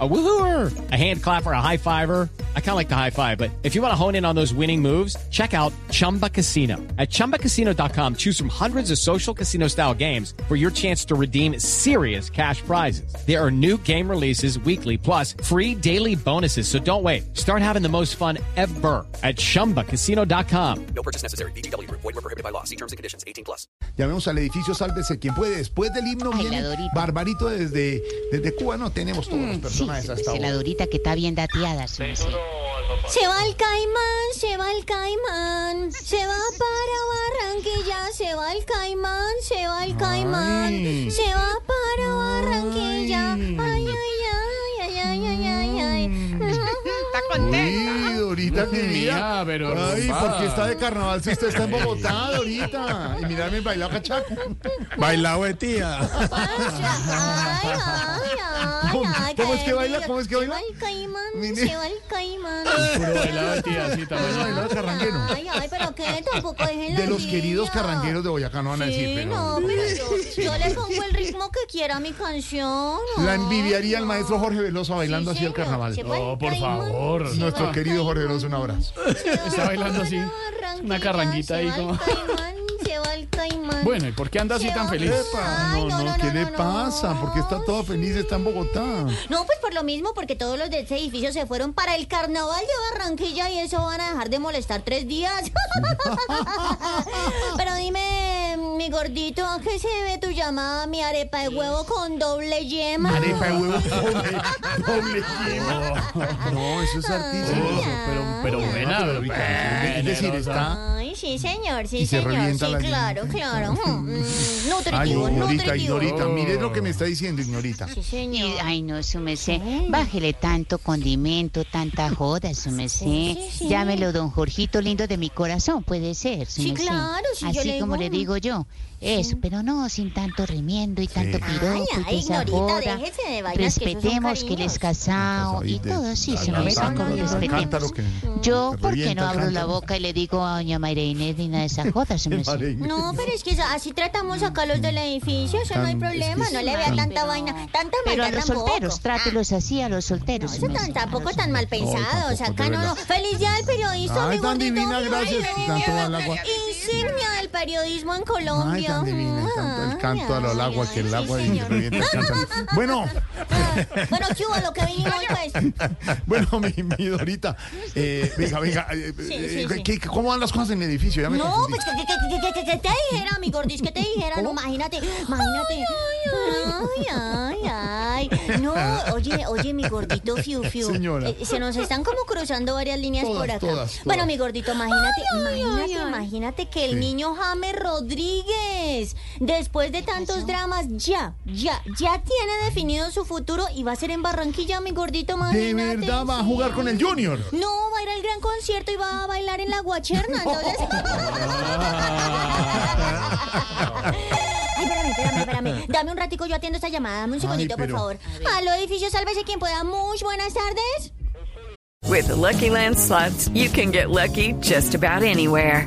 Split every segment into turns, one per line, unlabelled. A woohooer, a hand clapper, a high fiver. I kind of like the high five, but if you want to hone in on those winning moves, check out Chumba Casino. At chumbacasino.com, choose from hundreds of social casino style games for your chance to redeem serious cash prizes. There are new game releases weekly, plus free daily bonuses. So don't wait. Start having the most fun ever at chumbacasino.com.
No purchase necessary. BGW. Void were prohibited by law. See terms and conditions. 18 plus.
Llamemos al edificio Sálvese quien puede. Después del himno
Ay,
viene
la Dorita.
Barbarito desde, desde Cuba. No tenemos todos los
Sí,
personajes
pues
hasta
la
ahora.
Dorita que está bien dateada. sí, sí.
Se va al Caimán, se va al Caimán, se va para Barranquilla, se va al Caimán, se va al
Ay.
Caimán, se va para Barranquilla. Ay, ay, ay, ay, ay, ay, ay, ay.
Uy, Dorita, que mira.
Mira, pero
Ay,
rumba.
¿por qué está de carnaval si usted está en Bogotá, Dorita? Y mirarme bailar cachaco.
Bailado de tía.
Ay, ay, ay,
¿Cómo-
ay,
cómo es que baila?
ay,
¿Cómo es que baila?
Se va al Caimán,
Mire.
se va al Caimán.
Puro bailado de tía, sí, también.
Bailado carranguero.
Ay, ay, pero que tampoco dejen la
De los queridos
envidia.
carrangueros de Boyacá no van a decir,
Sí,
pero.
no, pero yo, yo le pongo el ritmo que quiera a mi canción.
La
ay,
envidiaría el
no.
maestro Jorge Velosa bailando
Sí,
así el
señor.
carnaval.
Se va
No,
el
por
caimán,
favor.
se
Nuestro
va el
querido Jorge
caimán,
Velosa, un abrazo.
se va
Está bailando así,
Barranquilla,
una carranguita
se
ahí
va el
como-
caimán, se va el caimán.
Bueno, ¿y por qué anda así
Se
tan
va-
feliz?
Ay,
No, no, ¿qué le pasa? Porque está todo feliz, está en Bogotá.
No, pues por lo mismo, porque todos los de este edificio se fueron para el carnaval de Barranquilla y eso van a dejar de molestar tres días. Pero dime, mi gordito, ¿a qué se ve tu llamada, mi arepa de huevo con doble yema?
Arepa de huevo doble, doble yema. No, eso es artístico.
Pero, pero buena, pero
Oh. Es decir, está.
Ay, sí, señor, sí,
Y se
señor.
revienta
sí,
la
claro, claro. Mm, mm,
Ay,
nutritivo,
ignorita,
nutritivo.
ignorita. Mire lo que me está diciendo, ignorita.
Sí, señor.
Y- Ay, no, su merced, Bájele tanto condimento, tanta joda, su merced.
Sí, sí.
Llámelo don Jorgito lindo de mi corazón, puede ser, su
Sí,
merced.
claro, sí, yo
Así
le
como
digo.
le digo yo. Eso, pero no sin tanto remiendo y tanto piropo
Ay,
y
ay,
toda esa
ignorita,
joda.
déjese de vainas, que esos son
Respetemos que él es
cariños.
Pues,
casado y todo, sí, su merced, como respetemos. Yo, ¿por qué no abro la boca y le digo a doña Mayra Inés ni nada de esas jodas, su merced?
No, pero es que así tratamos acá los del edificio, eso no hay
Tan-
problema, no le vea
tan-
tanta vaina, tanta
Pero a
maldad
los
tampoco.
solteros, trátelos así a los solteros.
Eso
su
tan-
merced, a
tampoco
los
tan mal pensado, o sea, acá no, no. Feliz día del periodista,
pues, Ay,
mi
tan
gordito.
divina, gracias.
Ay,
Tanto al agua.
Insignia del periodismo en
Ay,
Colombia.
tan divina. tanto el canto al agua que el agua y se revienta el cántaro. Bueno,
Bueno, ¿qué hubo lo que vinimos pues?
bueno, mi, mi Dorita. eh, venga, venga. eh, eh,
sí, sí.
¿qué- ¿Cómo van las cosas en el edificio? Ya me
No,
confundí.
pues que, que, que, que, que, que te dijera, mi gordis, que te dijera, no, imagínate, imagínate. Ay, ay, ay, No, oye, oye, mi gordito Fiu Fiu.
Señora.
eh, se nos están como cruzando varias líneas
Todas,
por acá.
todas, todas.
Bueno, mi gordito, imagínate, imagínate, imagínate que el niño James Rodríguez, después de tantos dramas, ya, ya, ya tiene definido su futuro y va a ser en Barranquilla, mi gordito,
De
imagínate.
verdad va a
sí.
jugar con el Junior.
No, va a ir al gran concierto y va a bailar en la guacherna. Entonces. Ay, espérame, espérame, espérame. Dame un ratico, yo atiendo esta llamada. Dame un segundito,
pero-
por favor. Aló, edificio, sálvese quien pueda. Muy buenas tardes.
With the Lucky Land slots, you can get lucky just about anywhere.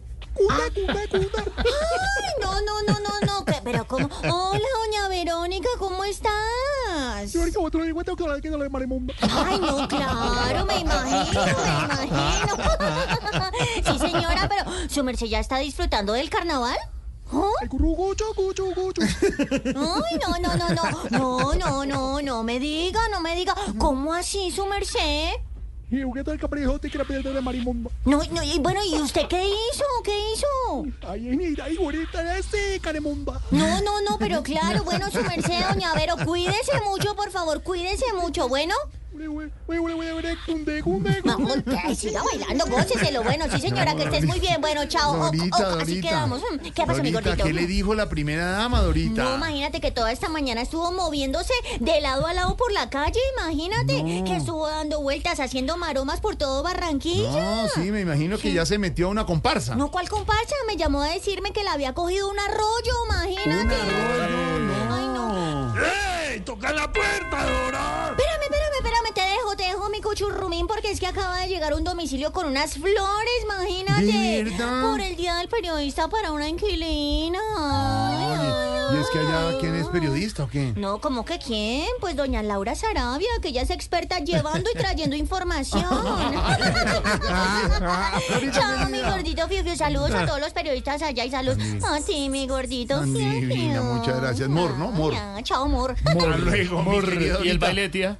Cunde, cunde, cunde.
Ay, no, no, no, no, no. ¿qué? Pero, ¿cómo? Hola, doña Verónica, ¿cómo estás?
Yo ahorita voy a tener en cuenta que la de que no le mare mundo.
Ay, no, claro, me imagino, me imagino. Sí, señora, pero ¿su merced ya está disfrutando del carnaval? ¿Oh?
Ay, curru, gucho, gucho, gucho.
Ay, no, no, no, no, no, no, no, no me diga, no me diga. ¿Cómo así, su merced?
Y yo que tal caprijote que la pierde de marimundo.
No, no, y bueno, ¿y usted qué hizo? ¿Qué hizo?
Ay, ay, mira, ay, güerita de ese caremunda.
No, no, no, pero claro, bueno, su merced, doña Vero, cuídese mucho, por favor, cuídese mucho, ¿bueno? Mamón, ay, siga bailando, góceselo. Bueno, sí, señora, que estés muy bien. Bueno, chao. Ok,
Dorita,
ok,
Dorita.
Así quedamos. Mm, ¿Qué pasó, mi
Dorita,
gordito?
¿Qué le dijo la primera dama, Dorita?
No, imagínate que toda esta mañana estuvo moviéndose de lado a lado por la calle, imagínate, que estuvo dando vueltas, haciendo maromas por todo Barranquilla.
No, sí, me imagino que ya se metió a una comparsa.
No, ¿cuál comparsa? Me llamó a decirme que le había cogido un arroyo, imagínate.
Un arroyo, no.
Ay, no.
¡Ey! ¡Toca la puerta, Dora!
Espérame, espérame, espérame, te dejo, te dejo mi cochurrumín porque es que acaba de llegar un domicilio con unas flores, imagínate.
¿De verdad?
Por el día del periodista para una inquilina. Ay,
Ay,
ay,
¿Y es que allá
ay.
quién es periodista o qué?
No, ¿cómo que quién? Pues doña Laura Sarabia, que ella es experta llevando y trayendo información. Chao, mi gordito Fiu Saludos a todos los periodistas allá y saludos a ti, mi gordito
Ah. Tan
Fiu
divina, muchas gracias. Mor, ¿no? Mor.
Chao, Mor.
Hasta luego, mi querida
¿Y el
Dorita.
baile, tía?